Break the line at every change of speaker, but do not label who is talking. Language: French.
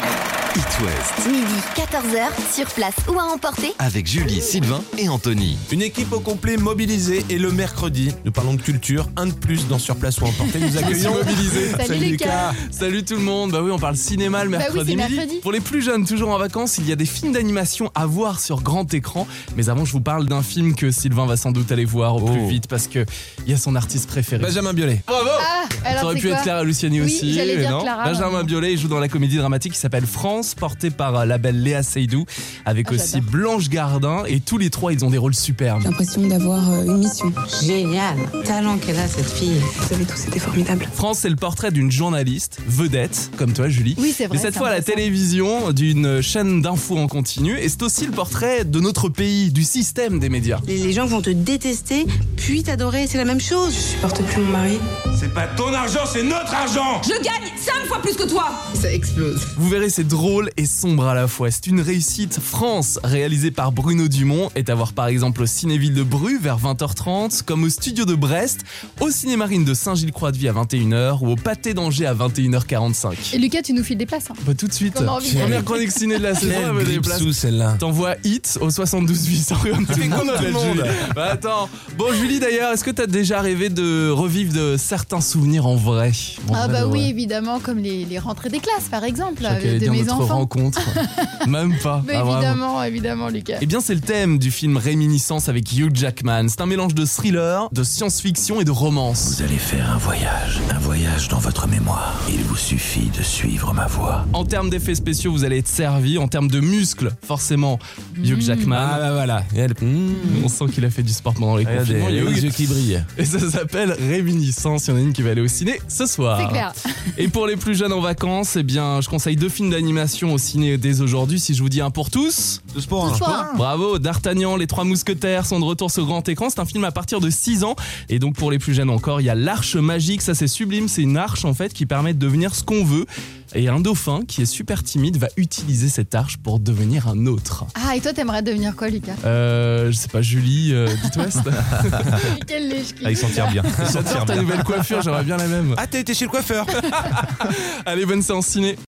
It West.
Midi, 14h, sur place ou à emporter.
Avec Julie, Sylvain et Anthony.
Une équipe au complet mobilisée et le mercredi, nous parlons de culture, un de plus dans Sur Place ou Emporté, nous accueillons mobilisé.
Salut Lucas.
Salut tout le monde, bah oui on parle cinéma le
Bah oui,
mercredi,
c'est
midi.
mercredi.
Pour les plus jeunes toujours en vacances, il y a des films d'animation à voir sur grand écran. Mais avant je vous parle d'un film que Sylvain va sans doute aller voir au plus
Oh.
vite parce que il y a son artiste préféré.
Benjamin Biolay.
Bravo
Ah,
Ça
alors
aurait
c'est
pu
quoi
être Clara Luciani
Oui,
aussi,
j'allais dire
non
Clara,
Benjamin
vraiment.
Biolay joue dans la comédie dramatique qui s'appelle France, portée par euh, la belle Léa Seydoux, avec
Ah,
aussi Blanche Gardin. Et tous les trois, ils ont des rôles superbes.
J'ai l'impression d'avoir euh, une mission.
Génial. Talent qu'elle a, cette fille.
Vous avez tous c'était formidable.
France, c'est le portrait d'une journaliste vedette, comme toi Julie.
Oui, c'est vrai.
Mais cette
c'est
fois à la
intéressant.
télévision, d'une chaîne d'infos en continu, et c'est aussi le portrait de notre pays, du système des médias.
Les, les gens vont te détester, puis t'adorer, c'est la même chose.
Je supporte plus mon mari.
C'est pas ton argent, c'est notre argent
Ça explose.
Vous verrez, c'est drôle et sombre à la fois. C'est une réussite France, réalisée par Bruno Dumont, est à voir par exemple au Cinéville de Bru vers 20h30, comme au Studio de Brest, au Cinémarine de Saint-Gilles-Croix-de-Vie à 21h ou au Pâté d'Angers à 21h45.
Et Lucas, tu nous files des places. hein.
Bah, tout de suite,
On a envie.
première chronique ciné de la saison, elle me
Quelle grippe
déplace.
sous celle-là.
T'envoies hit au 72 800 comme tout le monde,
Tout le
belle
monde.
Julie. Bah, attends. Bon Julie d'ailleurs, est-ce que t'as déjà rêvé de revivre de certains souvenirs en vrai En vrai
Ah bah
de
oui,
vrai.
évidemment, comme les, les rentrées des classes, par exemple,
Chacun allait
avec de
dire
mes
notre
enfants.
rencontre. Même pas.
Mais
Ah, vraiment.
évidemment, évidemment, Lucas.
Eh bien, c'est le thème du film Réminiscence avec Hugh Jackman. C'est un mélange de thriller, de science-fiction et de romance.
Vous allez faire un voyage, un voyage dans votre mémoire. Il vous suffit de suivre ma voix.
En termes d'effets spéciaux, vous allez être servi. En termes de muscles, forcément,
Mm.
Hugh Jackman.
Ah bah voilà. Et elle- Mmh.
On sent qu'il a fait du sport pendant les
Regardez,
confinements. il est
les
Hugh.
yeux qui brillent.
Et ça s'appelle Réminiscence. Il y en a une qui va aller au ciné ce soir.
C'est clair.
Et pour les plus jeunes en vacances, eh bien, je conseille deux films d'animation au ciné dès aujourd'hui. Si je vous dis un pour tous,
Tous pour
Tous
un.
pour un.
bravo, D'Artagnan, Les Trois Mousquetaires sont de retour sur grand écran. C'est un film à partir de 6 ans. Et donc pour les plus jeunes encore, il y a l'Arche Magique. Ça c'est sublime, c'est une arche en fait qui permet de devenir ce qu'on veut. Et un dauphin qui est super timide va utiliser cette arche pour devenir un autre.
Ah, et toi, t'aimerais devenir quoi, Lucas
Euh, je sais pas, Julie, euh, dites-moi.
Quel lèche qui-
Ah, ils s'en tirent bien. Ils s'en tirent
J'adore ta
bien.
nouvelle coiffure, j'aimerais bien la même.
Ah t'as été chez le coiffeur
Allez, bonne séance ciné.